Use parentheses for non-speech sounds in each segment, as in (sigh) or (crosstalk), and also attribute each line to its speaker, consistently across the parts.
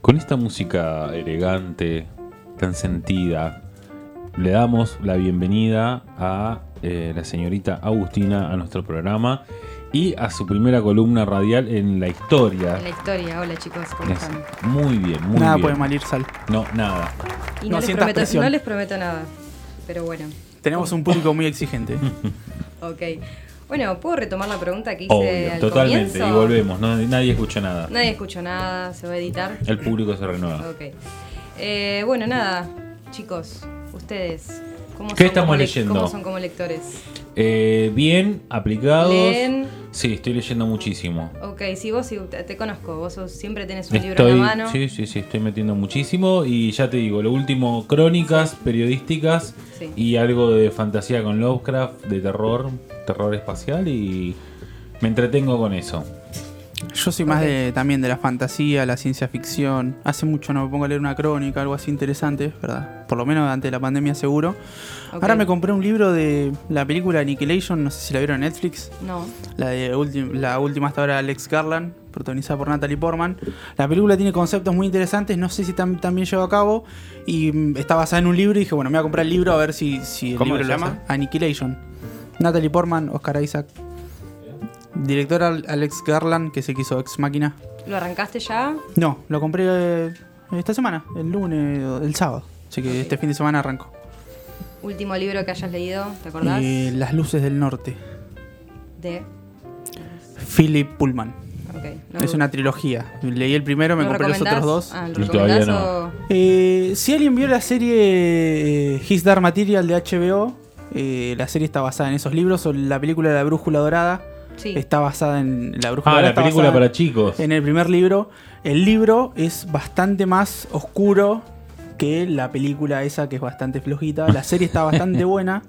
Speaker 1: Con esta música elegante, tan sentida, le damos la bienvenida a eh, la señorita Agustina a nuestro programa y a su primera columna radial en la historia.
Speaker 2: En la historia, hola chicos, ¿cómo
Speaker 1: Es-
Speaker 2: están?
Speaker 1: Muy bien, muy
Speaker 3: Nada
Speaker 1: bien.
Speaker 3: puede mal ir, Sal.
Speaker 1: No, nada.
Speaker 2: Y
Speaker 3: No
Speaker 2: no, les
Speaker 3: sientas
Speaker 2: prometo,
Speaker 3: presión.
Speaker 2: no les prometo nada, pero bueno,
Speaker 3: Tenemos un público muy
Speaker 1: (laughs)
Speaker 3: exigente.
Speaker 2: ok. Bueno, ¿puedo retomar la pregunta que hice
Speaker 1: Obvio,
Speaker 2: al
Speaker 1: totalmente.
Speaker 2: comienzo?
Speaker 1: Y volvemos, no- nadie escucha nada.
Speaker 2: Nadie escuchó nada, se va a editar.
Speaker 1: El público se renueva.
Speaker 2: Ok. Eh, bueno, nada, chicos, ustedes, ¿cómo
Speaker 1: ¿Qué
Speaker 2: son
Speaker 1: estamos
Speaker 2: como lec-
Speaker 1: leyendo?
Speaker 2: ¿Cómo son como lectores?
Speaker 1: Eh, bien, aplicados.
Speaker 2: Leen.
Speaker 1: Sí, estoy leyendo muchísimo.
Speaker 2: Ok, sí, vos sí, te te conozco, vos sos- siempre tenés un libro
Speaker 1: Estoy,
Speaker 2: en la mano.
Speaker 1: sí, sí, sí, estoy metiendo muchísimo y ya te digo, lo último, crónicas periodísticas
Speaker 2: Sí.
Speaker 1: y algo de fantasía con Lovecraft, de terror, terror espacial y me entretengo con eso.
Speaker 3: Yo soy más de también de la fantasía, la ciencia ficción. Hace mucho no me pongo a leer una crónica, algo así interesante, ¿verdad? Por lo menos antes de la pandemia seguro.
Speaker 2: Ok.
Speaker 3: Ahora me compré un libro de la película Annihilation, no sé si la vieron en Netflix.
Speaker 2: No,
Speaker 3: La, de ulti- la última hasta ahora, Alex Garland, protagonizada por Natalie Portman. La película tiene conceptos muy interesantes, no sé si tan, tan bien llevado a cabo. Y mm, está basada en un libro y dije, bueno, me voy a comprar el libro a ver si, si el
Speaker 4: ¿Cómo
Speaker 3: libro
Speaker 4: se
Speaker 3: lo
Speaker 4: llama?
Speaker 3: hace. Annihilation. Natalie Portman, Oscar Isaac. Director Al- Alex Garland, que se quiso ex máquina.
Speaker 2: ¿lo arrancaste ya?
Speaker 3: No, lo compré eh, esta semana, el lunes, o el sábado. Así que este fin de semana arranco.
Speaker 2: Último libro que hayas leído, ¿te acordás?
Speaker 3: Eh, Las luces del norte.
Speaker 2: De...
Speaker 3: Philip Pullman.
Speaker 2: Ok, no-
Speaker 3: es una trilogía. Leí el primero, me
Speaker 2: ¿lo
Speaker 3: compré los otros
Speaker 2: recomendás?
Speaker 3: dos.
Speaker 2: Ah, ¿lo
Speaker 1: Y todavía
Speaker 2: recomendás
Speaker 1: no.
Speaker 2: o-
Speaker 3: Eh, si alguien vio la serie eh, His Dark Material de HBO, eh, la serie está basada en esos libros. O la película La Brújula Dorada
Speaker 2: Sí.
Speaker 3: está basada en La Brújula
Speaker 1: Ah,
Speaker 3: Dorada.
Speaker 1: la
Speaker 3: está
Speaker 1: película
Speaker 3: basada
Speaker 1: para chicos.
Speaker 3: En el primer libro. El libro es bastante más oscuro que la película esa que es bastante flojita. La serie
Speaker 1: (laughs)
Speaker 3: está bastante buena.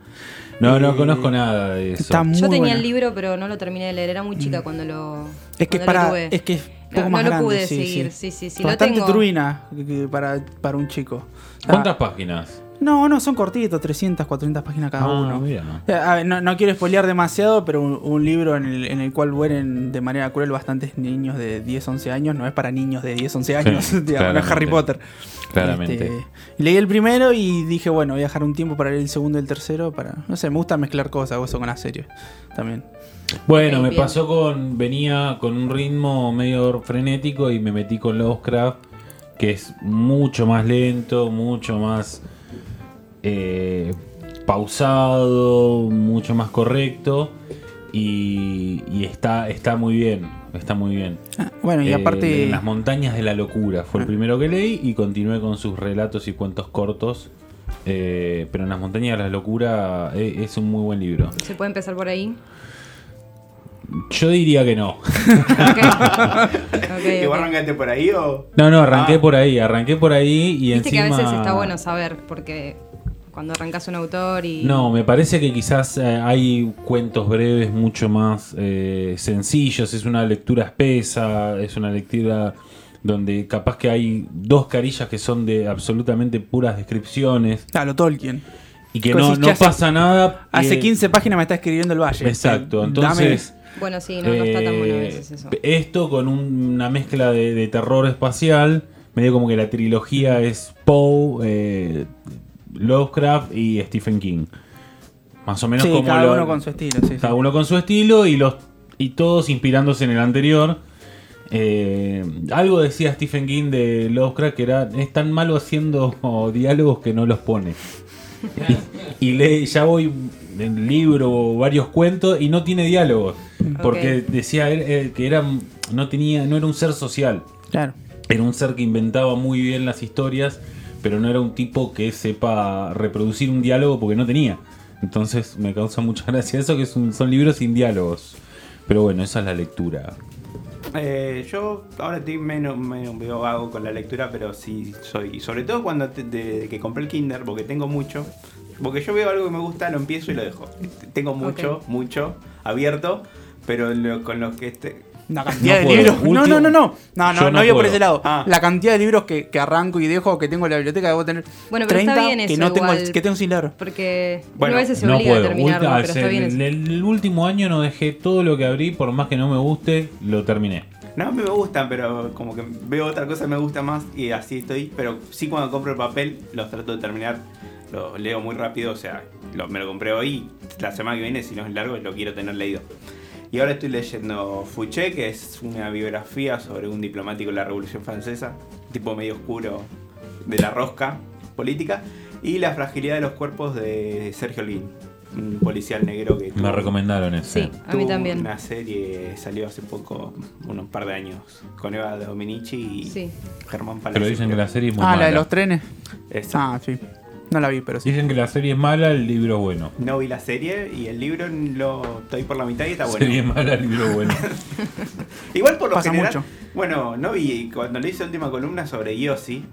Speaker 1: No,
Speaker 3: Eh,
Speaker 1: no conozco nada de eso.
Speaker 3: Está muy
Speaker 2: Yo tenía
Speaker 3: buena.
Speaker 2: el libro, pero no lo terminé de leer. Era muy chica cuando lo.
Speaker 3: Es que es
Speaker 2: cuando lo
Speaker 3: para.
Speaker 2: tuve.
Speaker 3: Es que es
Speaker 2: No,
Speaker 3: poco
Speaker 2: no
Speaker 3: más
Speaker 2: lo
Speaker 3: grande,
Speaker 2: pude
Speaker 3: sí,
Speaker 2: seguir, sí,
Speaker 3: sí.
Speaker 2: sí, sí, lo
Speaker 3: Bastante
Speaker 2: tengo.
Speaker 3: truina eh, para, para un chico. Está-
Speaker 1: ¿Cuántas páginas?
Speaker 3: No, no, son cortitos, 300, 400 páginas cada
Speaker 1: Ah,
Speaker 3: uno.
Speaker 1: bien.
Speaker 3: Eh, a ver, no, no quiero spoilear demasiado, pero un, un libro en el, en el cual mueren de manera cruel bastantes niños de 10, 11 años, no es para niños de 10, 11 años, (laughs) digamos, no es
Speaker 1: claramente.
Speaker 3: Harry Potter.
Speaker 1: Claramente.
Speaker 3: Este, leí el primero y dije, bueno, voy a dejar un tiempo para leer el segundo y el tercero, para, no sé, me gusta mezclar cosas, hago eso con las series también.
Speaker 1: Bueno,
Speaker 2: Ok,
Speaker 1: me
Speaker 2: bien.
Speaker 1: pasó con. Venía con un ritmo medio frenético y me metí con Lovecraft, que es mucho más lento, mucho más eh, pausado, mucho más correcto. Y, y está, está muy bien, está muy bien.
Speaker 3: Ah, bueno, y
Speaker 1: Eh,
Speaker 3: aparte... Ah.
Speaker 1: Las montañas de la locura fue el primero que leí y continué con sus relatos y cuentos cortos. eh, pero en las montañas de la locura eh, es un muy buen libro.
Speaker 2: Se puede empezar por
Speaker 3: (laughs)
Speaker 2: ahí.
Speaker 1: Yo diría que no.
Speaker 2: Ok. Ok,
Speaker 4: ¿Y
Speaker 2: ok.
Speaker 4: vos arrancaste por ahí o...?
Speaker 1: No, no, arranqué
Speaker 4: Ah.
Speaker 1: por ahí, arranqué por ahí y
Speaker 2: Viste
Speaker 1: encima...
Speaker 2: que a veces está bueno saber, porque cuando arrancas un autor y.
Speaker 1: No, me parece que quizás eh, hay cuentos breves mucho más eh, sencillos, es una lectura espesa, es una lectura donde capaz que hay dos carillas que son de absolutamente puras descripciones
Speaker 3: Claro, ah, Tolkien.
Speaker 1: y que
Speaker 3: Pues
Speaker 1: no,
Speaker 3: es que
Speaker 1: no
Speaker 3: hace-
Speaker 1: pasa nada.
Speaker 3: Hace
Speaker 1: eh,
Speaker 3: 15 páginas me está escribiendo el Valle.
Speaker 1: Exacto,
Speaker 3: Dame-
Speaker 1: entonces...
Speaker 2: Bueno, sí, no, no está tan bueno a veces
Speaker 1: Eh,
Speaker 2: eso.
Speaker 1: Esto con un- una mezcla de, de terror espacial, medio como que la trilogía es Poe, eh, Lovecraft y Stephen King. Más o menos
Speaker 3: sí,
Speaker 1: como
Speaker 3: cada
Speaker 1: lo-
Speaker 3: uno con su estilo, sí, sí.
Speaker 1: cada uno con su estilo y los y todos inspirándose en el anterior. Eh, algo decía Stephen King de Lovecraft que era es tan malo haciendo (laughs) diálogos que no los pone. Y, y lee- ya voy en libro varios cuentos y no tiene diálogos porque
Speaker 2: Ok.
Speaker 1: decía él, eh, que era no tenía no era un ser social
Speaker 3: Claro.
Speaker 1: era un ser que inventaba muy bien las historias, pero no era un tipo que sepa reproducir un diálogo porque no tenía. Entonces me causa mucha (laughs) gracia eso, que es un- son libros sin diálogos. Pero bueno, esa es la lectura.
Speaker 4: Eh, yo ahora estoy menos, menos medio vago con la lectura, pero sí soy. Sobre todo cuando te- de- que compré el Kinder, porque tengo mucho. Porque yo veo algo que me gusta, lo empiezo y lo dejo. Tengo mucho,
Speaker 2: Ok.
Speaker 4: mucho abierto, pero lo- con los que este.
Speaker 3: Una cantidad
Speaker 1: No
Speaker 3: de
Speaker 1: puedo.
Speaker 3: libros. No,
Speaker 1: Último.
Speaker 3: no, no, no. No,
Speaker 1: Yo
Speaker 3: no,
Speaker 1: no
Speaker 3: no había por
Speaker 1: puedo.
Speaker 3: ese lado.
Speaker 4: Ah.
Speaker 3: La cantidad de libros que, que arranco y dejo que tengo en la biblioteca debo tener
Speaker 2: Bueno, pero
Speaker 3: 30
Speaker 2: está bien
Speaker 3: que
Speaker 2: eso
Speaker 3: no tengo
Speaker 2: igual.
Speaker 3: que tengo sin leer.
Speaker 2: Porque
Speaker 4: Bueno,
Speaker 2: bueno, a veces se
Speaker 1: no
Speaker 2: obliga
Speaker 1: puedo.
Speaker 2: a terminarlo,
Speaker 1: Ulti- ah,
Speaker 2: pero
Speaker 1: se-
Speaker 2: está bien.
Speaker 1: el,
Speaker 2: eso.
Speaker 1: el último año no dejé todo lo que abrí, por más que no me guste, lo terminé.
Speaker 4: No, me gustan, pero como que veo otra cosa que me gusta más y así estoy. Pero sí cuando compro el papel, los trato de terminar. Los leo muy rápido, o sea, lo- me lo compré hoy. La semana que viene, si no es largo, lo quiero tener leído. Y ahora estoy leyendo Fouché, que es una biografía sobre un diplomático de la Revolución Francesa, tipo medio oscuro de la rosca política, y la fragilidad de los cuerpos de Sergio Lin, un policial negro que
Speaker 5: Me
Speaker 4: tuvo-
Speaker 5: recomendaron ese.
Speaker 2: Sí. A mí
Speaker 4: Tuvo
Speaker 2: también.
Speaker 4: Una serie salió hace poco, unos par de años, con Eva Dominici y
Speaker 2: Sí.
Speaker 4: Germán
Speaker 5: Pero
Speaker 4: Palacios.
Speaker 5: dicen que la serie es muy
Speaker 3: Ah,
Speaker 5: mala.
Speaker 3: la de los trenes.
Speaker 4: Esa.
Speaker 3: Ah, sí. No la vi, pero sí.
Speaker 5: Dicen que la serie es mala, el libro es bueno.
Speaker 4: No vi la serie y el libro lo estoy por la mitad y está bueno.
Speaker 5: Serie mala, libro
Speaker 4: (laughs)
Speaker 5: bueno.
Speaker 4: Igual por lo
Speaker 3: Pasa
Speaker 4: general.
Speaker 3: mucho.
Speaker 4: Bueno, no vi cuando le hice la última columna sobre Yossi.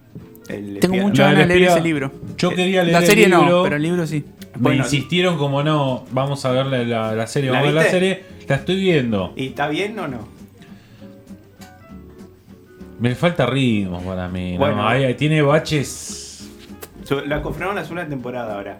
Speaker 4: El
Speaker 3: Tengo
Speaker 4: espía-
Speaker 3: mucho- Yo
Speaker 1: La
Speaker 3: ganas
Speaker 1: del
Speaker 3: de leer
Speaker 1: espía-
Speaker 3: ese libro. Eh,
Speaker 1: Yo quería leer
Speaker 3: La
Speaker 1: el
Speaker 3: serie
Speaker 1: libro.
Speaker 3: no, pero el libro sí.
Speaker 1: Me
Speaker 4: Bueno,
Speaker 1: insistieron como no, vamos a ver la, la- la serie,
Speaker 4: ¿La
Speaker 1: vamos a ver la
Speaker 4: viste?
Speaker 1: serie. La estoy viendo.
Speaker 4: ¿Y está bien o no?
Speaker 1: Me falta ritmo para mí. no,
Speaker 4: Bueno.
Speaker 1: ahí- ahí tiene baches
Speaker 4: So- La confirmaron la segunda temporada ahora.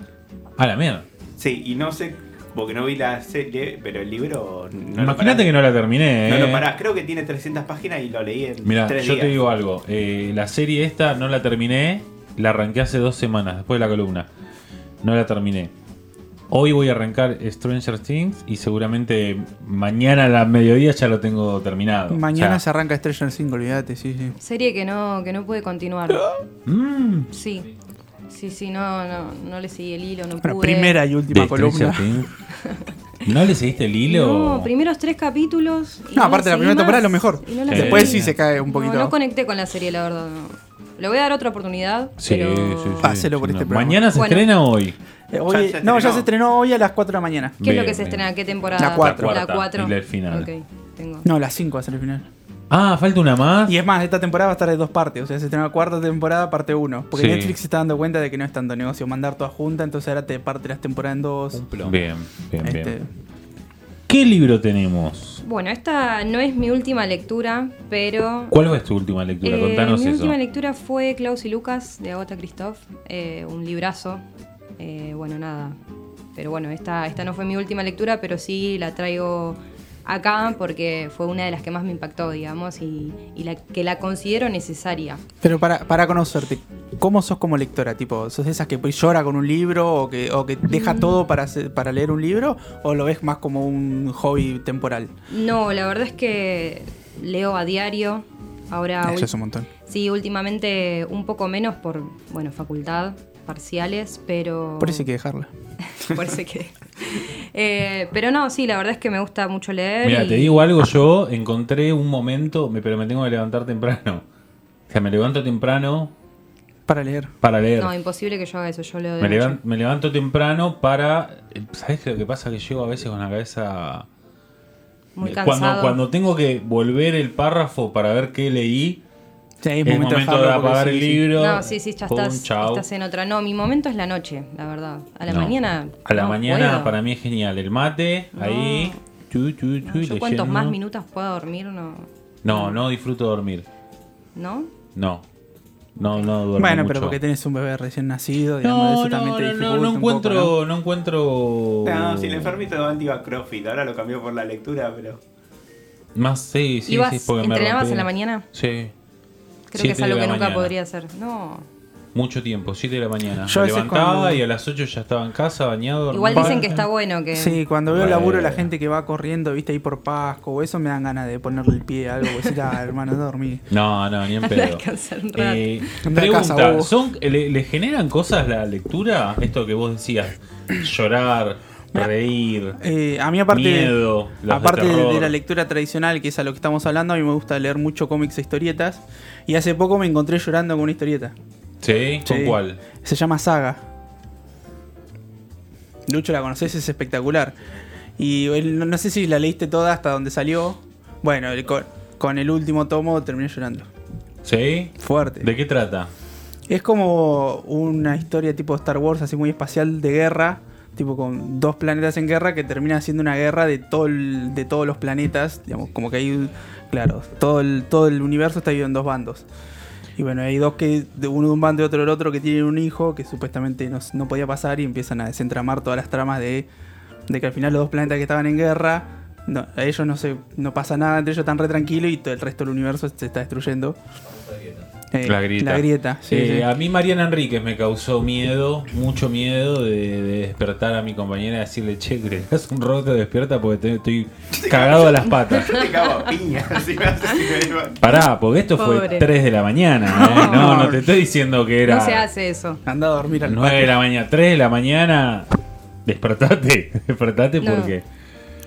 Speaker 1: a la mierda.
Speaker 4: Sí, y no sé, porque no vi la serie, pero el libro. No lo
Speaker 1: Imagínate
Speaker 4: parás.
Speaker 1: que no la terminé.
Speaker 4: No
Speaker 1: eh.
Speaker 4: lo parás, creo que tiene 300 páginas y lo leí en
Speaker 1: Mira,
Speaker 4: tres
Speaker 1: yo
Speaker 4: días.
Speaker 1: te digo algo. eh, la serie esta no la terminé. La arranqué hace dos semanas, después de la columna. No la terminé. Hoy voy a arrancar Stranger Things y seguramente mañana a la mediodía ya lo tengo terminado.
Speaker 3: Mañana
Speaker 1: O
Speaker 3: se
Speaker 1: sea,
Speaker 3: arranca Stranger Things, olvídate, sí, sí.
Speaker 2: Serie que no, que no pude continuar.
Speaker 1: (gasps) mm,
Speaker 2: Sí. Sí, sí, no, no, no le seguí el hilo, no
Speaker 3: Bueno,
Speaker 2: pude.
Speaker 3: primera y última
Speaker 1: de
Speaker 3: columna.
Speaker 1: Stranger Things. ¿No le seguiste el hilo?
Speaker 2: No, primeros tres capítulos. y
Speaker 3: No,
Speaker 2: le
Speaker 3: aparte la
Speaker 2: seguí
Speaker 3: primera temporada es lo
Speaker 2: más,
Speaker 3: mejor.
Speaker 2: y no la
Speaker 3: Después
Speaker 2: seguí.
Speaker 3: sí se cae un poquito.
Speaker 2: No, no conecté con la serie, la verdad. no. Le voy a dar otra oportunidad.
Speaker 1: Sí,
Speaker 2: pero...
Speaker 1: sí, sí,
Speaker 3: Páselo por
Speaker 1: sí,
Speaker 3: este
Speaker 1: no.
Speaker 3: programa.
Speaker 1: Mañana se
Speaker 2: Bueno.
Speaker 1: estrena hoy.
Speaker 3: Eh, hoy-
Speaker 4: Ya se
Speaker 3: no, ya
Speaker 4: estrenó.
Speaker 3: se estrenó hoy a las 4 de la mañana.
Speaker 2: ¿Qué es lo
Speaker 1: Bien,
Speaker 2: que se
Speaker 1: bien.
Speaker 2: estrena? ¿Qué temporada?
Speaker 3: La cuatro.
Speaker 1: La
Speaker 2: La
Speaker 1: cuarta,
Speaker 2: 4.
Speaker 1: y la del final.
Speaker 2: Ok, tengo.
Speaker 3: No, las 5 va a ser el final.
Speaker 1: Ah, falta una más.
Speaker 3: Y es más, esta temporada va a estar de dos partes. O sea, se estrenó la cuarta temporada, parte 1. Porque
Speaker 1: Sí.
Speaker 3: Netflix se está dando cuenta de que no es tanto negocio mandar toda junta, entonces ahora te parte las temporadas en dos.
Speaker 1: Bien, bien, bien.
Speaker 3: Este,
Speaker 1: ¿Qué libro tenemos?
Speaker 2: Bueno, esta no es mi última lectura, pero.
Speaker 1: ¿Cuál es tu última lectura?
Speaker 2: eh,
Speaker 1: Contanos
Speaker 2: mi
Speaker 1: eso.
Speaker 2: última lectura fue Klaus y Lucas de Agota Christoph, eh, un librazo. Eh, bueno, nada. Pero bueno, esta, esta no fue mi última lectura, pero sí la traigo acá porque fue una de las que más me impactó, digamos, y, y la que la considero necesaria.
Speaker 3: Pero para, para conocerte, ¿cómo sos como lectora? Tipo, ¿sos de esas que llora con un libro o que, o que deja todo para, hacer- para leer un libro? ¿O lo ves más como un hobby temporal?
Speaker 2: No, la verdad es que leo a diario. Ahora
Speaker 1: Ah,
Speaker 3: Eso
Speaker 2: ul-
Speaker 3: es un montón.
Speaker 2: Sí, últimamente un poco menos por, bueno, facultad, parciales, pero...
Speaker 3: Por eso hay que dejarla.
Speaker 2: (laughs) Por eso que... Eh, pero no, sí, la verdad es que me gusta mucho leer.
Speaker 1: Mira,
Speaker 2: y-
Speaker 1: te digo algo, yo encontré un momento, me- pero me tengo que levantar temprano. O sea, me levanto temprano
Speaker 3: Para leer.
Speaker 1: para leer.
Speaker 2: No, imposible que yo haga eso, yo leo de
Speaker 1: me,
Speaker 2: noche.
Speaker 1: levan- me levanto temprano para... ¿Sabes lo que pasa? Que llego a veces con la cabeza...
Speaker 2: Muy
Speaker 1: Eh,
Speaker 2: cansado.
Speaker 1: Cuando, cuando tengo que volver el párrafo para ver qué leí,
Speaker 3: Sí,
Speaker 1: es momento, de
Speaker 3: dejarlo porque
Speaker 1: apagar
Speaker 3: sí,
Speaker 1: el
Speaker 3: sí.
Speaker 1: libro.
Speaker 2: No, sí, sí, ya
Speaker 1: pum,
Speaker 2: estás,
Speaker 1: chau.
Speaker 2: estás en otra. No, mi momento es la noche, la verdad. A la
Speaker 1: No.
Speaker 2: mañana...
Speaker 1: A la
Speaker 2: no
Speaker 1: mañana
Speaker 2: puedo.
Speaker 1: para mí es genial. El mate,
Speaker 2: No.
Speaker 1: ahí. chu, chu, chu,
Speaker 2: No, yo cuantos
Speaker 1: leyendo.
Speaker 2: más minutos pueda dormir, no...
Speaker 1: No, no disfruto dormir.
Speaker 2: ¿No?
Speaker 1: No. No, no duermo.
Speaker 3: Bueno, pero
Speaker 1: mucho.
Speaker 3: porque tenés un bebé recién nacido, digamos,
Speaker 1: No,
Speaker 3: eso
Speaker 1: no,
Speaker 3: también te
Speaker 1: no,
Speaker 3: dificulta
Speaker 1: no, no
Speaker 3: un
Speaker 1: encuentro.
Speaker 3: poco, ¿no? Ah,
Speaker 1: ¿no? encuentro.
Speaker 4: No, si el enfermito de Banti iba a CrossFit, ahora lo cambió por la lectura, pero.
Speaker 1: Más, sí, sí,
Speaker 2: ¿Ibas-
Speaker 1: sí. Porque me
Speaker 2: entrenabas
Speaker 1: rompí.
Speaker 2: en la mañana?
Speaker 1: Sí.
Speaker 2: Creo
Speaker 1: Siete
Speaker 2: que es algo
Speaker 1: de la
Speaker 2: que nunca
Speaker 1: mañana.
Speaker 2: podría hacer. No.
Speaker 1: Mucho tiempo, 7 de la mañana.
Speaker 3: Yo a
Speaker 1: me
Speaker 3: veces
Speaker 1: levantaba
Speaker 3: cuando-
Speaker 1: y a las 8 ya estaba en casa, bañado.
Speaker 2: Igual
Speaker 1: armado.
Speaker 2: dicen que está bueno que...
Speaker 3: Sí, cuando veo el
Speaker 1: Em, Bueno.
Speaker 3: laburo la gente que va corriendo, viste, ahí por Pasco o eso, me dan ganas de ponerle el pie a (laughs) algo, porque decir, ah, hermano, no dormí.
Speaker 1: No, no, ni en
Speaker 2: Anda a
Speaker 1: pedo.
Speaker 2: descansar un rato.
Speaker 1: Eh,
Speaker 3: Anda a
Speaker 1: pregunta,
Speaker 3: casa, vos.
Speaker 1: ¿son, le, le generan cosas la lectura? Esto que vos decías, llorar, reír,
Speaker 3: Eh, a mí aparte,
Speaker 1: miedo, los de
Speaker 3: aparte de,
Speaker 1: terror.
Speaker 3: de la lectura tradicional, que es a lo que estamos hablando, a mí me gusta leer mucho cómics e historietas. Y hace poco me encontré llorando con una historieta.
Speaker 1: ¿Sí? ¿Con
Speaker 3: Sí.
Speaker 1: cuál?
Speaker 3: Se llama Saga. Lucho, la conoces, es espectacular. Y el- no, no sé si la leíste toda hasta donde salió. Bueno, el- con, con el último tomo terminé llorando.
Speaker 1: ¿Sí?
Speaker 3: Fuerte.
Speaker 1: ¿De qué trata?
Speaker 3: Es como una historia tipo Star Wars, así muy espacial de guerra, tipo con dos planetas en guerra que termina siendo una guerra de todo el- de todos los planetas, digamos, como que hay un- claro, todo el todo el universo está dividido en dos bandos. Y bueno, hay dos que de uno de un bando y otro del otro que tienen un hijo que supuestamente no, no podía pasar y empiezan a desentramar todas las tramas de de que al final los dos planetas que estaban en guerra No, a ellos no se, no pasa nada, entre ellos están re tranquilos y todo el resto del universo se está destruyendo. Eh,
Speaker 5: La grieta.
Speaker 3: La grieta, sí,
Speaker 1: Eh,
Speaker 3: sí.
Speaker 1: A mí Mariana Enríquez me causó miedo, mucho miedo de, de despertar a mi compañera y decirle, che, es un rato despierta porque te- estoy cagado a las patas.
Speaker 4: Yo te cago a piña. (laughs) si me haces- si me llevas.
Speaker 1: Pará, porque esto fue
Speaker 2: Pobre.
Speaker 1: 3 de la mañana. ¿eh? No, no te estoy diciendo que era
Speaker 2: No se hace eso.
Speaker 3: Anda a dormir al
Speaker 1: 9 de la mañana, 3 de la mañana. Despertate, (laughs) despertate
Speaker 2: No.
Speaker 1: porque...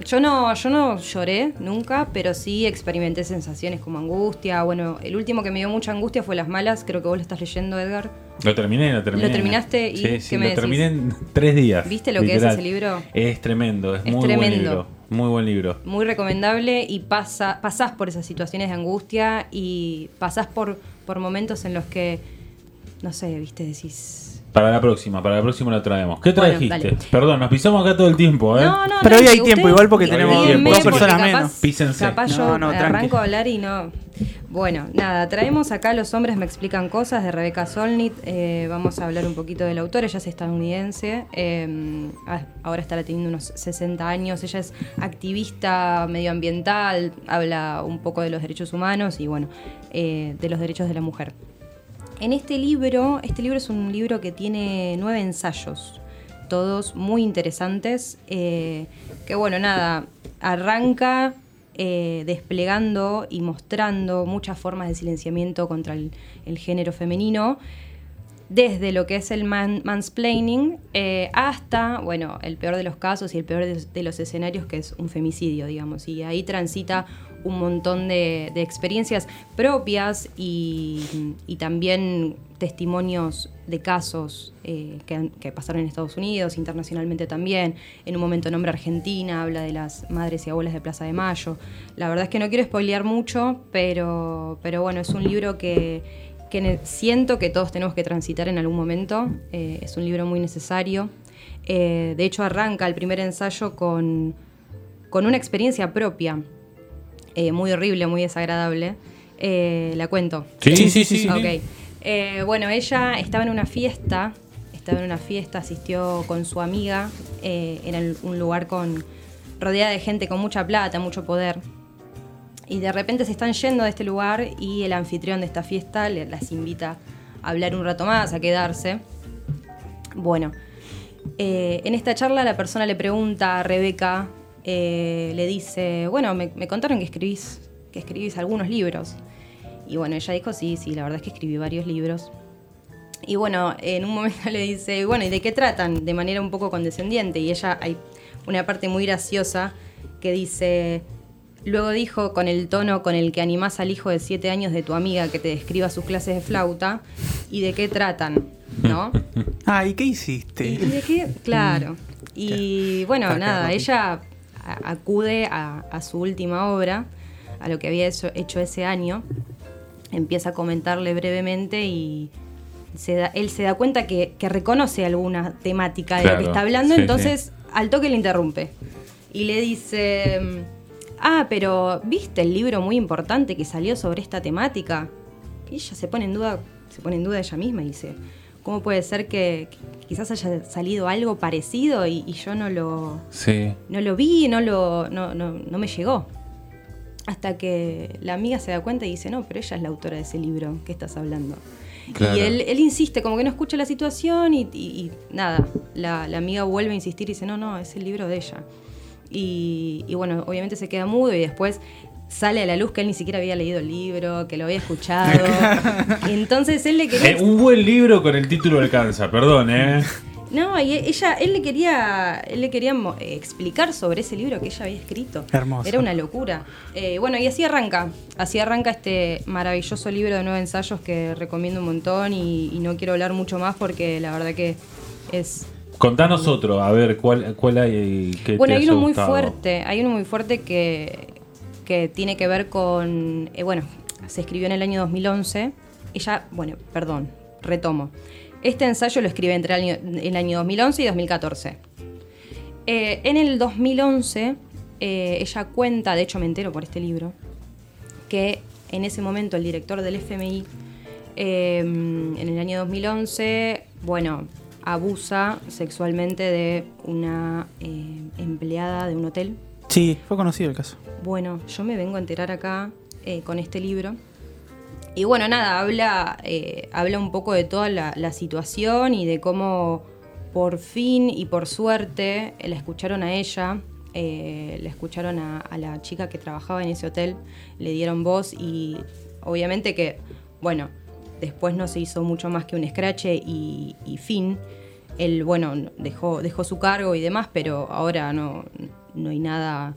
Speaker 2: Yo no, yo no lloré nunca, pero sí experimenté sensaciones como angustia. Bueno, el último que me dio mucha angustia fue Las Malas, creo que vos lo estás leyendo, Edgar.
Speaker 1: Lo terminé, lo terminé.
Speaker 2: Lo terminaste y
Speaker 1: Sí, sí,
Speaker 2: ¿qué
Speaker 1: lo
Speaker 2: me decís?
Speaker 1: terminé en tres días.
Speaker 2: ¿Viste lo que es ese libro?
Speaker 1: Es tremendo, es,
Speaker 2: Es
Speaker 1: muy buen
Speaker 2: tremendo.
Speaker 1: libro. Muy buen libro.
Speaker 2: Muy recomendable y pasa, pasás por esas situaciones de angustia y pasás por, por momentos en los que, no sé, viste, decís...
Speaker 1: Para la próxima, para la próxima lo traemos. ¿Qué
Speaker 2: Bueno,
Speaker 1: trajiste?
Speaker 2: dale.
Speaker 1: Perdón, nos pisamos acá todo el tiempo, ¿eh?
Speaker 2: No, no,
Speaker 3: Pero hoy
Speaker 2: no,
Speaker 3: hay
Speaker 2: y
Speaker 3: tiempo
Speaker 2: ustedes-
Speaker 3: igual porque
Speaker 2: y-
Speaker 1: tenemos
Speaker 2: y
Speaker 1: tiempo.
Speaker 2: en
Speaker 1: dos
Speaker 2: medio porque
Speaker 3: personas
Speaker 2: capaz-
Speaker 3: menos.
Speaker 1: Písense.
Speaker 2: Capaz
Speaker 3: No,
Speaker 2: yo
Speaker 3: no, tranqui.
Speaker 2: arranco a hablar y no. Bueno, nada, traemos acá Los hombres me explican cosas de Rebeca Solnit. Eh, vamos a hablar un poquito del autor. Ella es estadounidense. eh, ah, ahora estará teniendo unos 60 años. Ella es activista medioambiental. Habla un poco de los derechos humanos y, bueno, eh, de los derechos de la mujer. En este libro, este libro es un libro que tiene nueve ensayos, todos muy interesantes, eh, que bueno, nada, arranca eh, desplegando y mostrando muchas formas de silenciamiento contra el, el género femenino, desde lo que es el man- mansplaining eh, hasta, bueno, el peor de los casos y el peor de, de los escenarios, que es un femicidio, digamos. Y ahí transita un montón de, de experiencias propias y, y también testimonios de casos eh, que, han- que pasaron en Estados Unidos, internacionalmente también. En un momento nombra Argentina, habla de las madres y abuelas de Plaza de Mayo. La verdad es que no quiero spoilear mucho, pero, pero bueno, es un libro que, que ne- siento que todos tenemos que transitar en algún momento. Eh, es un libro muy necesario. Eh, de hecho, arranca el primer ensayo con, con una experiencia propia, eh, muy horrible, muy desagradable. Eh, la cuento.
Speaker 1: Sí, sí, sí, sí, sí.
Speaker 2: Ok. Eh, bueno, ella estaba en una fiesta, estaba en una fiesta, asistió con su amiga, eh, en el- un lugar con rodeada de gente con mucha plata, mucho poder. Y de repente se están yendo de este lugar y el anfitrión de esta fiesta le- las invita a hablar un rato más, a quedarse. Bueno, eh, en esta charla la persona le pregunta a Rebeca, eh, le dice, bueno, me, me contaron que escribís, que escribís algunos libros. Y bueno, ella dijo, sí, sí, la verdad es que escribí varios libros. Y bueno, en un momento (laughs) le dice, bueno, ¿y de qué tratan? De manera un poco condescendiente. Y ella hay una parte muy graciosa que dice, luego dijo con el tono con el que animás al hijo de siete años de tu amiga que te describa sus clases de flauta, ¿y de qué tratan? ¿No?
Speaker 3: Ay, Ah, ¿qué
Speaker 2: ¿Y
Speaker 3: hiciste?
Speaker 2: de qué?
Speaker 3: (laughs)
Speaker 2: Claro. Y bueno,
Speaker 3: Está
Speaker 2: nada,
Speaker 3: Este. Mm. claro.
Speaker 2: ella a- acude a, a su última obra, a lo que había hecho, hecho ese año, empieza a comentarle brevemente y se da- él se da cuenta que, que reconoce alguna temática de lo
Speaker 5: Claro,
Speaker 2: que está hablando,
Speaker 5: sí,
Speaker 2: entonces al toque le interrumpe y le dice, ah, pero ¿viste el libro muy importante que salió sobre esta temática? Y ella se pone en duda, se pone en duda ella misma y dice, ¿cómo puede ser que que quizás haya salido algo parecido y, y yo no lo,
Speaker 5: Sí.
Speaker 2: no lo vi, no, lo, no, no, no me llegó? Hasta que la amiga se da cuenta y dice, no, pero ella es la autora de ese libro, ¿qué estás hablando?
Speaker 5: Claro.
Speaker 2: Y él, él insiste, como que no escucha la situación y, y- y nada, la, la amiga vuelve a insistir y dice, no, no, es el libro de ella. Y, y bueno, obviamente se queda mudo y después sale a la luz que él ni siquiera había leído el libro, que lo había escuchado. Entonces él le quería...
Speaker 1: Eh, un buen libro con el título alcanza, perdón,
Speaker 2: (laughs)
Speaker 1: ¿eh?
Speaker 2: No, y e-, ella, él le quería, él le quería mo- eh, explicar sobre ese libro que ella había escrito.
Speaker 3: Hermoso.
Speaker 2: Era una locura. Eh, bueno, y así arranca. Así arranca este maravilloso libro de nueve ensayos que recomiendo un montón y, y no quiero hablar mucho más porque la verdad que es.
Speaker 1: Contanos otro, a ver, ¿cuál, cuál hay que
Speaker 2: bueno,
Speaker 1: te
Speaker 2: hay
Speaker 1: haya
Speaker 2: uno muy
Speaker 1: gustado?
Speaker 2: fuerte. Hay uno muy fuerte que, que tiene que ver con. eh, bueno, se escribió en el año 2011. Ella, bueno, perdón, retomo. Este ensayo lo escribe entre el año, el año 2011 y 2014. Eh, en el 2011, eh, ella cuenta, de hecho me entero por este libro, que en ese momento el director del FMI, eh, en el año 2011, bueno, abusa sexualmente de una eh, empleada de un hotel
Speaker 3: Sí, fue conocido el caso.
Speaker 2: Bueno, yo me vengo a enterar acá eh, con este libro. Y bueno, nada, habla, eh, habla un poco de toda la, la situación y de cómo por fin y por suerte eh, la escucharon a ella, eh, la escucharon a, a la chica que trabajaba en ese hotel, le dieron voz y obviamente que, bueno, después no se hizo mucho más que un escrache y, y fin. Él, bueno, dejó, dejó su cargo y demás, pero ahora no, no hay nada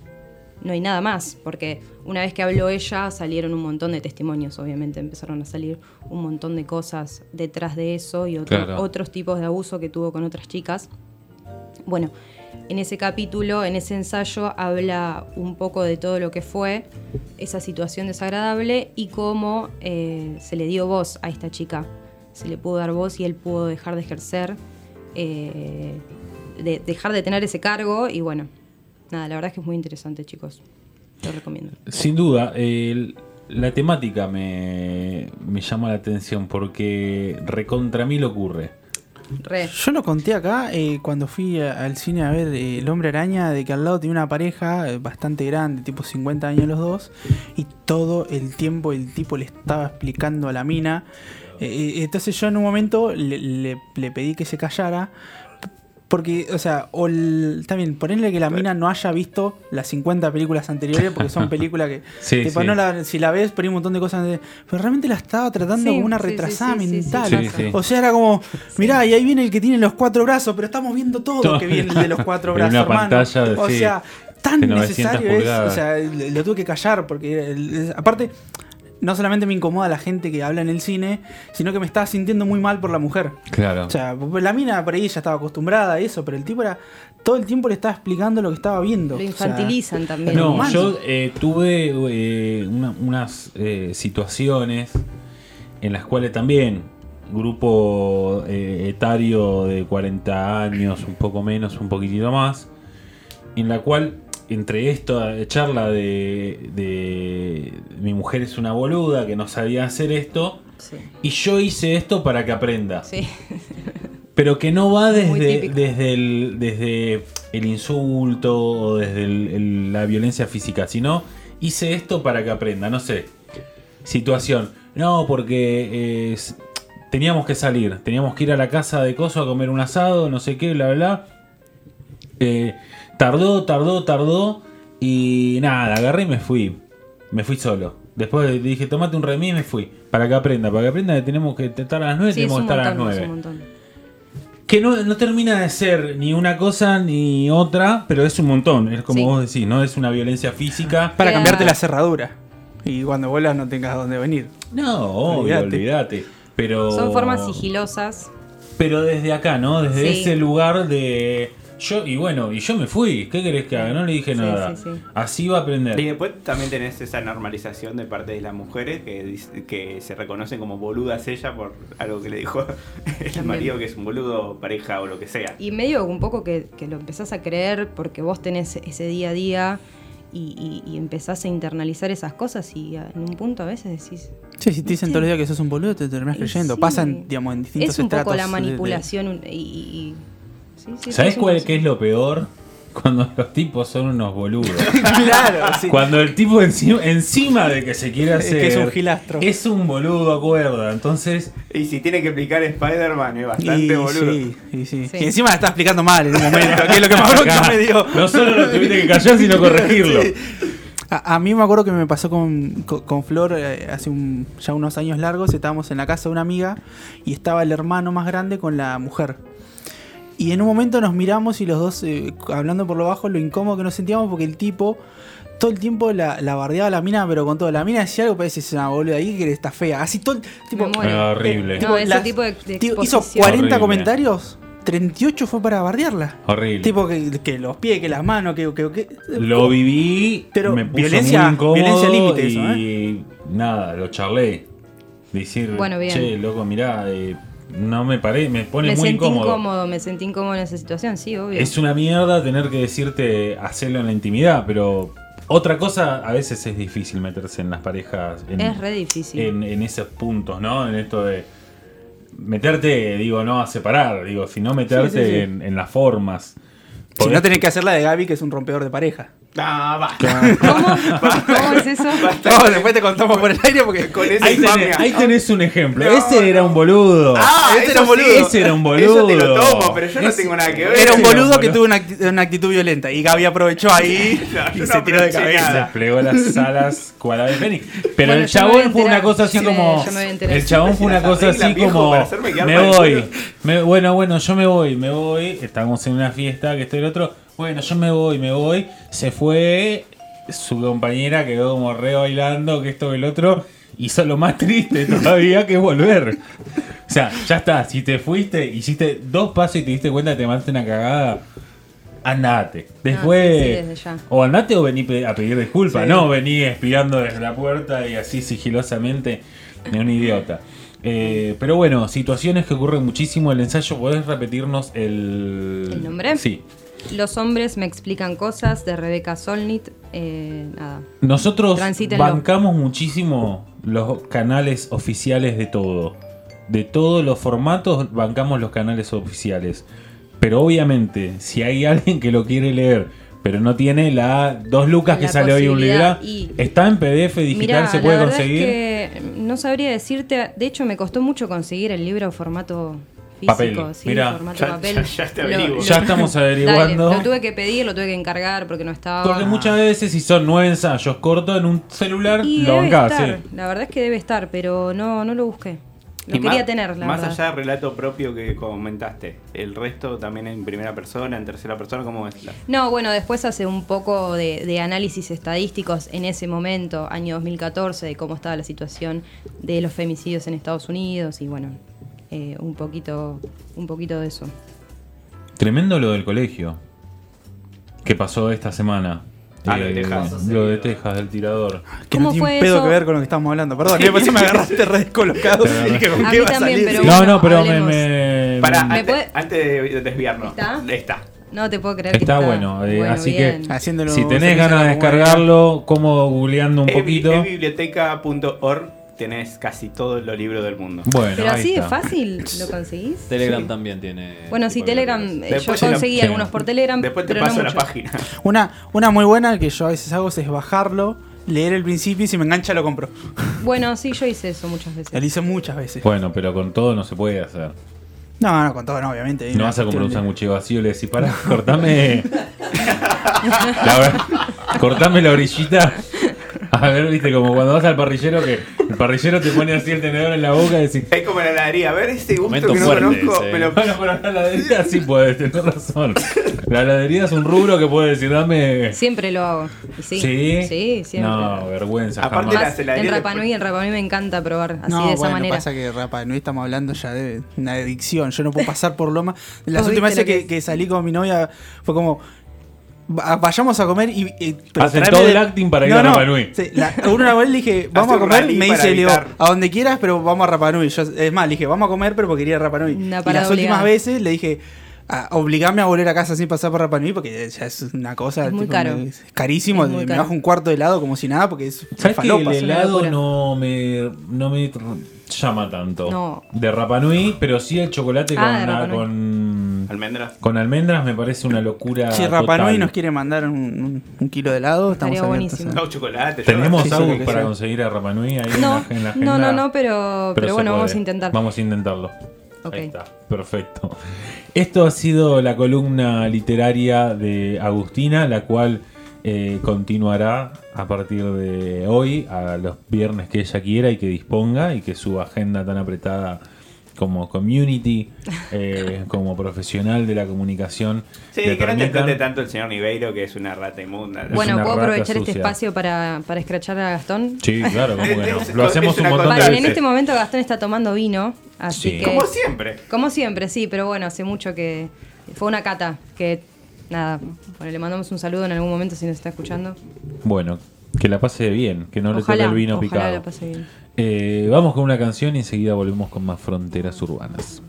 Speaker 2: no hay nada más, porque una vez que habló ella salieron un montón de testimonios, obviamente, empezaron a salir un montón de cosas detrás de eso y otro-
Speaker 5: Claro.
Speaker 2: otros tipos de abuso que tuvo con otras chicas. Bueno, en ese capítulo, en ese ensayo, habla un poco de todo lo que fue esa situación desagradable y cómo eh, se le dio voz a esta chica. Se le pudo dar voz y él pudo dejar de ejercer, eh, de dejar de tener ese cargo y bueno, nada, la verdad es que es muy interesante, chicos. Lo recomiendo.
Speaker 1: Sin duda, el- la temática me, me llama la atención porque recontra mil ocurre.
Speaker 2: Re.
Speaker 3: Yo lo conté acá eh, cuando fui a- al cine a ver eh, El Hombre Araña, de que al lado tenía una pareja eh, bastante grande, tipo 50 años los dos, y todo el tiempo el tipo le estaba explicando a la mina. Eh, eh, entonces yo en un momento le, le- le pedí que se callara. p- Porque, o sea, o el- también ponerle que la mina no haya visto las 50 películas anteriores, porque son películas que,
Speaker 1: (laughs) Sí,
Speaker 3: tipo,
Speaker 1: sí.
Speaker 3: no la- si la ves, por ahí un montón de cosas. de- Pero realmente la estaba tratando
Speaker 2: Sí,
Speaker 3: como una
Speaker 2: sí, sí,
Speaker 3: retrasada
Speaker 2: sí, sí, sí,
Speaker 3: mental.
Speaker 1: Sí, sí.
Speaker 3: O sea, era como, mirá, y ahí viene el que tiene los cuatro brazos, pero estamos viendo todo
Speaker 1: Todo.
Speaker 3: que viene el de los cuatro
Speaker 1: En
Speaker 3: brazos,
Speaker 1: una
Speaker 3: hermano.
Speaker 1: pantalla de-
Speaker 3: o
Speaker 1: sí,
Speaker 3: sea, tan
Speaker 1: de 900
Speaker 3: necesario es. O
Speaker 1: pulgadas.
Speaker 3: sea, le- lo tuve que callar porque, el- el- aparte, no solamente me incomoda la gente que habla en el cine, sino que me estaba sintiendo muy mal por la mujer.
Speaker 5: Claro.
Speaker 3: O sea, la mina por ahí ya estaba acostumbrada a eso, pero el tipo era todo el tiempo le estaba explicando lo que estaba
Speaker 2: Lo
Speaker 3: viendo. O sea,
Speaker 2: infantilizan también.
Speaker 1: No,
Speaker 3: humano.
Speaker 1: yo eh, tuve eh, una- unas eh, situaciones en las cuales también grupo eh, etario de 40 años, un poco menos, un poquitito más, en la cual entre esta charla de, de mi mujer es una boluda que no sabía hacer esto
Speaker 2: Sí.
Speaker 1: y yo hice esto para que aprenda.
Speaker 2: Sí.
Speaker 1: Pero que no va
Speaker 2: Muy
Speaker 1: desde,
Speaker 2: típico.
Speaker 1: desde, el, desde el insulto o desde el- el- la violencia física, sino hice esto para que aprenda, no sé. Situación. No, porque eh, s- teníamos que salir, teníamos que ir a la casa de Coso a comer un asado, no sé qué, bla, bla, bla. Eh, tardó, tardó, tardó. Y nada, agarré y me fui. Me fui solo. Después le dije, tomate un remis y me fui. Para que aprenda, para que aprenda que tenemos que estar a las 9,
Speaker 2: Sí, es
Speaker 1: tenemos que
Speaker 2: un
Speaker 1: estar a las
Speaker 2: montón, es
Speaker 1: 9.
Speaker 2: un montón.
Speaker 1: Que no, no termina de ser ni una cosa ni otra, pero es un montón. Es como
Speaker 2: Sí.
Speaker 1: vos decís, ¿no? Es una violencia física.
Speaker 3: Para
Speaker 2: Queda-
Speaker 3: cambiarte la cerradura. Y cuando vuelas no tengas dónde venir.
Speaker 1: No, obvio,
Speaker 3: Olvídate.
Speaker 1: olvídate. Pero.
Speaker 2: Son formas sigilosas.
Speaker 1: Pero desde acá, ¿no? Desde
Speaker 2: Sí.
Speaker 1: ese lugar de. Yo, y bueno, y yo me fui. ¿Qué querés que haga? No le dije
Speaker 2: Sí,
Speaker 1: nada.
Speaker 2: sí, sí.
Speaker 1: Así va a aprender.
Speaker 4: Y después también tenés esa normalización de parte de las mujeres que, dice- que se reconocen como boludas ella por algo que le dijo el
Speaker 2: También.
Speaker 4: marido que es un boludo, pareja o lo que sea.
Speaker 2: Y medio un poco que, que lo empezás a creer porque vos tenés ese día a día y, y- y empezás a internalizar esas cosas y a- en un punto a veces decís...
Speaker 3: Sí, si te dicen
Speaker 2: Sí.
Speaker 3: todos los días que sos un boludo, te terminás
Speaker 2: "Y
Speaker 3: creyendo.
Speaker 2: sí".
Speaker 3: Pasan, digamos, en distintos
Speaker 2: Es un
Speaker 3: estratos.
Speaker 2: poco la
Speaker 3: de- de-
Speaker 2: manipulación un- y... y- y- sí, sí,
Speaker 1: ¿Sabés
Speaker 2: un
Speaker 1: cuál
Speaker 2: proceso.
Speaker 1: que es lo peor? (laughs) Cuando los tipos son unos boludos.
Speaker 3: (laughs)
Speaker 2: (laughs)
Speaker 3: claro, sí.
Speaker 1: Cuando el tipo encima, encima de que se quiere
Speaker 2: (laughs)
Speaker 3: Es
Speaker 1: hacer.
Speaker 3: que es un gilastro.
Speaker 1: Es un boludo, acuerda. Entonces.
Speaker 4: Y si tiene que explicar Spider-Man es
Speaker 3: Y
Speaker 4: bastante boludo.
Speaker 3: sí, y sí.
Speaker 2: Sí.
Speaker 3: Y encima la está explicando mal en un momento, que es lo que más bronca
Speaker 1: Acá,
Speaker 3: me dio.
Speaker 1: No solo lo tuviste que callar, sino corregirlo.
Speaker 3: A, a mí me acuerdo que me pasó con, con, con Flor eh, hace un- ya unos años largos. Estábamos en la casa de una amiga y estaba el hermano más grande con la mujer. Y en un momento nos miramos y los dos, eh, hablando por lo bajo, lo incómodo que nos sentíamos porque el tipo todo el tiempo la, la bardeaba a la mina, pero con todo. La mina decía algo, parece una boluda ahí que está fea. Así todo. el- Tipo,
Speaker 2: Me muero.
Speaker 1: Ah, horrible.
Speaker 2: No, ese tipo de- de
Speaker 3: tipo, hizo
Speaker 2: exposición.
Speaker 3: 40
Speaker 1: Horrible.
Speaker 3: comentarios, 38 fue para bardearla.
Speaker 1: Horrible.
Speaker 3: Tipo que, que los pies, que las manos, que. que, que-
Speaker 1: lo viví,
Speaker 3: Pero
Speaker 1: me puso
Speaker 3: violencia-
Speaker 1: muy incómodo
Speaker 3: violencia límite
Speaker 1: y
Speaker 3: eso, ¿eh?
Speaker 1: nada, lo charlé. Decir,
Speaker 2: Bueno, bien.
Speaker 1: che, loco, mirá, eh, no me paré, me pone
Speaker 2: Me
Speaker 1: muy
Speaker 2: sentí
Speaker 1: incómodo.
Speaker 2: incómodo. me sentí incómodo en esa situación, sí, obvio.
Speaker 1: Es una mierda tener que decirte hacerlo en la intimidad, pero otra cosa, a veces es difícil meterse en las parejas. En,
Speaker 2: Es re difícil.
Speaker 1: en, en esos puntos, ¿no? En esto de meterte, digo, no a separar, digo, sino meterte
Speaker 3: sí, sí.
Speaker 1: En, en las formas.
Speaker 3: Si
Speaker 1: Podés-
Speaker 4: (laughs)
Speaker 3: no tenés que hacer la de Gaby, que es un rompedor de pareja.
Speaker 4: Ah, basta.
Speaker 2: ¿Cómo? ¿Cómo
Speaker 1: (laughs)
Speaker 2: es eso?
Speaker 3: No, después te contamos por el aire porque
Speaker 4: (laughs) Con esa
Speaker 1: Ahí tenés,
Speaker 4: infamia.
Speaker 1: ahí tenés un ejemplo.
Speaker 4: No,
Speaker 1: ese era
Speaker 4: no.
Speaker 1: un boludo.
Speaker 4: Ah,
Speaker 3: ese
Speaker 4: eso
Speaker 3: era un
Speaker 4: sí.
Speaker 3: boludo.
Speaker 1: Ese era un boludo.
Speaker 4: Eso te lo tomo, pero yo no
Speaker 1: Ese-
Speaker 4: tengo nada que ver.
Speaker 3: era un
Speaker 1: Sí,
Speaker 3: boludo que
Speaker 1: boludo.
Speaker 3: tuvo una actitud, una actitud violenta. Y Gaby aprovechó ahí
Speaker 4: (laughs) No,
Speaker 3: y
Speaker 4: yo no
Speaker 3: se tiró de
Speaker 4: aproveché
Speaker 3: cabeza.
Speaker 4: nada.
Speaker 1: Desplegó las alas cual ave fénix. Pero
Speaker 2: Bueno,
Speaker 1: el
Speaker 2: yo me voy a
Speaker 1: chabón fue una
Speaker 2: enterar,
Speaker 1: cosa así
Speaker 2: yo me-
Speaker 1: como.
Speaker 2: yo me voy a enterar.
Speaker 1: El chabón fue una
Speaker 4: Las
Speaker 1: cosa así
Speaker 4: arreglas, viejo,
Speaker 1: como.
Speaker 4: para hacerme quedar
Speaker 1: Me
Speaker 4: mal,
Speaker 1: voy.
Speaker 4: boludo".
Speaker 1: me- bueno, bueno, yo me voy, me voy. Estamos en una fiesta, que estoy el otro. Bueno, yo me voy, me voy. Se fue. Su compañera quedó como re bailando, que esto, que el otro. Hizo lo más triste todavía que es volver. O sea, ya está. Si te fuiste, hiciste dos pasos y te diste cuenta que te mandaste una cagada. Andate.
Speaker 2: Ah, sí, sí,
Speaker 1: Después.
Speaker 2: desde ya.
Speaker 1: o andate o vení pe- a pedir disculpas.
Speaker 3: Sí.
Speaker 1: No, vení expirando desde la puerta y así sigilosamente de un idiota. Eh, pero bueno, situaciones que ocurren muchísimo en el ensayo. ¿Podés repetirnos el.
Speaker 2: ¿El nombre?
Speaker 1: Sí.
Speaker 2: Los hombres me explican cosas de Rebeca Solnit. Eh, nada.
Speaker 1: Nosotros
Speaker 2: Transítenlo.
Speaker 1: bancamos muchísimo los canales oficiales de todo. De todos los formatos bancamos los canales oficiales. Pero obviamente, si hay alguien que lo quiere leer, pero no tiene la dos lucas que
Speaker 2: La
Speaker 1: sale hoy un libro,
Speaker 2: posibilidad y-
Speaker 1: está en PDF digital,
Speaker 2: Mirá,
Speaker 1: se puede
Speaker 2: la verdad
Speaker 1: conseguir.
Speaker 2: Es que no sabría decirte. De hecho, me costó mucho conseguir el libro en formato físico.
Speaker 1: Papel,
Speaker 2: Sí,
Speaker 1: mirá,
Speaker 2: formato
Speaker 4: ya-
Speaker 2: papel.
Speaker 4: ya- ya te averiguo.
Speaker 1: Ya
Speaker 2: (laughs)
Speaker 1: estamos
Speaker 2: Dale,
Speaker 1: averiguando.
Speaker 2: lo tuve que pedir, lo tuve que encargar porque no estaba.
Speaker 1: Porque muchas veces, si son nueve ensayos cortos en un celular,
Speaker 2: Y
Speaker 1: lo
Speaker 2: debe
Speaker 1: bancás. eh.
Speaker 2: estar,
Speaker 1: sí.
Speaker 2: La verdad es que debe estar, pero no, no lo busqué. Lo
Speaker 4: Y
Speaker 2: quería
Speaker 4: más-
Speaker 2: tener, la
Speaker 4: Más
Speaker 2: verdad.
Speaker 4: allá del relato propio que comentaste, el resto también en primera persona, en tercera persona, ¿cómo es? La-
Speaker 2: No, bueno, después hace un poco de, de análisis estadísticos en ese momento, año 2014, de cómo estaba la situación de los femicidios en Estados Unidos y bueno, eh, un poquito, un poquito de eso.
Speaker 1: Tremendo lo del colegio. Que pasó esta semana. Eh,
Speaker 4: Ah, lo de Texas.
Speaker 1: Lo de Texas, del tirador.
Speaker 3: Que
Speaker 2: ¿Cómo
Speaker 3: no tiene
Speaker 2: fue
Speaker 3: un pedo
Speaker 2: eso?
Speaker 3: que ver con lo que estamos hablando. Perdón, y después me agarraste re
Speaker 4: (laughs)
Speaker 3: descolocado.
Speaker 1: Te
Speaker 3: dije, ¿con
Speaker 2: A
Speaker 3: qué
Speaker 2: mí
Speaker 3: va a
Speaker 2: también,
Speaker 3: salir?
Speaker 2: pero
Speaker 1: No,
Speaker 2: bueno,
Speaker 1: no, pero me,
Speaker 2: hablemos.
Speaker 1: me-
Speaker 4: Pará,
Speaker 2: ¿me
Speaker 4: antes,
Speaker 2: puede-
Speaker 4: antes de desviarnos.
Speaker 2: ¿Está?
Speaker 4: Está.
Speaker 2: No te puedo creer que
Speaker 1: Está bueno, eh, así
Speaker 2: bien.
Speaker 1: que
Speaker 3: Haciéndolo
Speaker 1: si tenés
Speaker 3: servicio a
Speaker 1: ganas de
Speaker 3: la comunidad.
Speaker 1: descargarlo, como googleando un
Speaker 4: En bi-
Speaker 1: poquito.
Speaker 4: En biblioteca.org tenés casi todos los libros del mundo.
Speaker 1: Bueno,
Speaker 2: Pero
Speaker 1: ahí
Speaker 2: así de
Speaker 1: está.
Speaker 2: fácil lo conseguís.
Speaker 6: Telegram también tiene.
Speaker 2: Bueno, sí,
Speaker 6: tipo de
Speaker 2: Telegram, eh,
Speaker 6: bibliotecas.
Speaker 2: yo
Speaker 4: Después te la-
Speaker 2: conseguí
Speaker 1: sí.
Speaker 2: algunos por Telegram.
Speaker 4: Después te
Speaker 2: pero no
Speaker 4: paso la
Speaker 2: muchos.
Speaker 4: página. (laughs)
Speaker 3: Una, una muy buena que yo a veces hago es bajarlo, leer el principio y si me engancha lo compro.
Speaker 2: Bueno, sí, yo hice eso muchas veces.
Speaker 3: Lo hice muchas veces.
Speaker 1: Bueno, pero con todo no se puede hacer.
Speaker 3: No, no, con todo no, obviamente.
Speaker 1: No vas a comprar un sándwich vacío y le decís, pará, cortame.
Speaker 2: (laughs)
Speaker 1: la, or- cortame la orillita. A ver, viste, como cuando vas al parrillero que el parrillero te pone así el tenedor en la boca y decís,
Speaker 4: Es como la heladería. A ver, este gusto
Speaker 6: Momento
Speaker 4: que no
Speaker 6: fuerte
Speaker 4: conozco,
Speaker 6: ese.
Speaker 4: me
Speaker 1: (laughs)
Speaker 4: lo
Speaker 1: bueno, pero la heladería sí puedes, tenés
Speaker 4: (laughs)
Speaker 1: razón. La heladería es un rubro que puede decir, dame.
Speaker 2: Siempre lo hago. Y Sí, Sí, siempre.
Speaker 1: No, vergüenza. jamás.
Speaker 4: Aparte la-
Speaker 2: Más
Speaker 4: Las
Speaker 2: en
Speaker 4: heladerías
Speaker 2: Rapa
Speaker 4: después-
Speaker 2: Nui, en Rapa Nui me encanta probar así
Speaker 3: no,
Speaker 2: de esa
Speaker 3: bueno,
Speaker 2: manera.
Speaker 3: pasa que Rapa Nui estamos hablando ya de una adicción. Yo no puedo pasar por
Speaker 2: (laughs)
Speaker 3: Loma. Las
Speaker 2: Vos
Speaker 3: últimas
Speaker 2: viste
Speaker 3: veces
Speaker 2: lo
Speaker 3: que,
Speaker 2: que
Speaker 3: que salí con mi novia fue como. "Va- Vayamos a comer y. eh, pero
Speaker 1: Hacen
Speaker 3: tráeme
Speaker 1: todo
Speaker 3: de-
Speaker 1: el acting para ir
Speaker 3: No,
Speaker 1: a
Speaker 3: no.
Speaker 1: Rapa Nui.
Speaker 3: Sí, la- una vez le
Speaker 1: (laughs)
Speaker 3: dije, vamos
Speaker 4: Hace
Speaker 3: a
Speaker 4: un
Speaker 3: comer.
Speaker 4: rally
Speaker 3: Me
Speaker 4: para
Speaker 3: dice, le digo,
Speaker 4: evitar.
Speaker 3: a donde quieras, pero vamos a Rapa Nui. Yo- es más, le dije, vamos a comer, pero porque quería ir a Rapa Nui.
Speaker 2: Una
Speaker 3: Y las
Speaker 2: parada
Speaker 3: últimas
Speaker 2: obligada.
Speaker 3: veces le dije. "Ah, obligame a volver a casa sin pasar por Rapa Nui porque ya es una cosa
Speaker 2: Es muy
Speaker 3: tipo,
Speaker 2: caro.
Speaker 3: me- es carísimo,
Speaker 2: Es muy
Speaker 3: me
Speaker 2: caro.
Speaker 3: bajo un cuarto de helado como si nada porque es
Speaker 1: ¿Sabes que el
Speaker 3: falopa.
Speaker 1: helado
Speaker 2: locura.
Speaker 1: no me, no me llama tanto?
Speaker 2: No.
Speaker 1: De Rapa Nui, pero sí el chocolate
Speaker 2: Ah,
Speaker 1: con,
Speaker 2: de Rapa Nui.
Speaker 1: con,
Speaker 4: Almendras.
Speaker 1: con almendras me parece una locura.
Speaker 3: Si Rapa
Speaker 1: total.
Speaker 3: Nui nos quiere mandar un, un- un kilo de helado, estamos
Speaker 2: Estaría
Speaker 3: abiertos.
Speaker 2: buenísimo.
Speaker 4: No, chocolate. yo-
Speaker 1: ¿Tenemos
Speaker 3: Sí, sí,
Speaker 1: algo
Speaker 3: sí, sí.
Speaker 1: para conseguir a Rapa Nui ahí en la-
Speaker 2: No,
Speaker 1: en, la, agenda?
Speaker 2: no, no, no, pero, pero,
Speaker 1: se
Speaker 2: bueno,
Speaker 1: puede.
Speaker 2: vamos a intentar.
Speaker 1: Vamos a intentarlo.
Speaker 2: Ok.
Speaker 1: Ahí está, perfecto. (laughs) Esto ha sido la columna literaria de Agustina, la cual eh, continuará a partir de hoy, a los viernes que ella quiera y que disponga, y que su agenda tan apretada como
Speaker 2: (laughs)
Speaker 1: community, eh, como profesional de la comunicación.
Speaker 4: Sí,
Speaker 1: le
Speaker 4: que no te
Speaker 1: permitan-
Speaker 4: explote tanto el señor Niveiro, que es una rata inmunda.
Speaker 1: Es
Speaker 2: Bueno,
Speaker 1: una
Speaker 2: ¿puedo
Speaker 1: rata
Speaker 2: aprovechar este
Speaker 1: sucia.
Speaker 2: espacio para, para escrachar a Gastón?
Speaker 1: Sí, claro,
Speaker 4: (laughs)
Speaker 1: cómo que no.
Speaker 4: Es-
Speaker 1: Lo hacemos
Speaker 4: es
Speaker 1: un
Speaker 4: una
Speaker 1: montón de
Speaker 2: Vale,
Speaker 4: constante.
Speaker 2: en
Speaker 1: veces.
Speaker 2: este momento Gastón está tomando vino, así
Speaker 1: Sí.
Speaker 2: que...
Speaker 4: Como siempre.
Speaker 2: Como siempre, sí, pero bueno, hace mucho que... Fue una cata, que nada, bueno, le mandamos un saludo en algún momento si nos está escuchando.
Speaker 1: Bueno, que la pase bien, que no le
Speaker 2: este- ojalá,
Speaker 1: toque el vino
Speaker 2: ojalá
Speaker 1: picado.
Speaker 2: la pase bien.
Speaker 1: Eh, vamos con una canción y enseguida volvemos con más fronteras urbanas.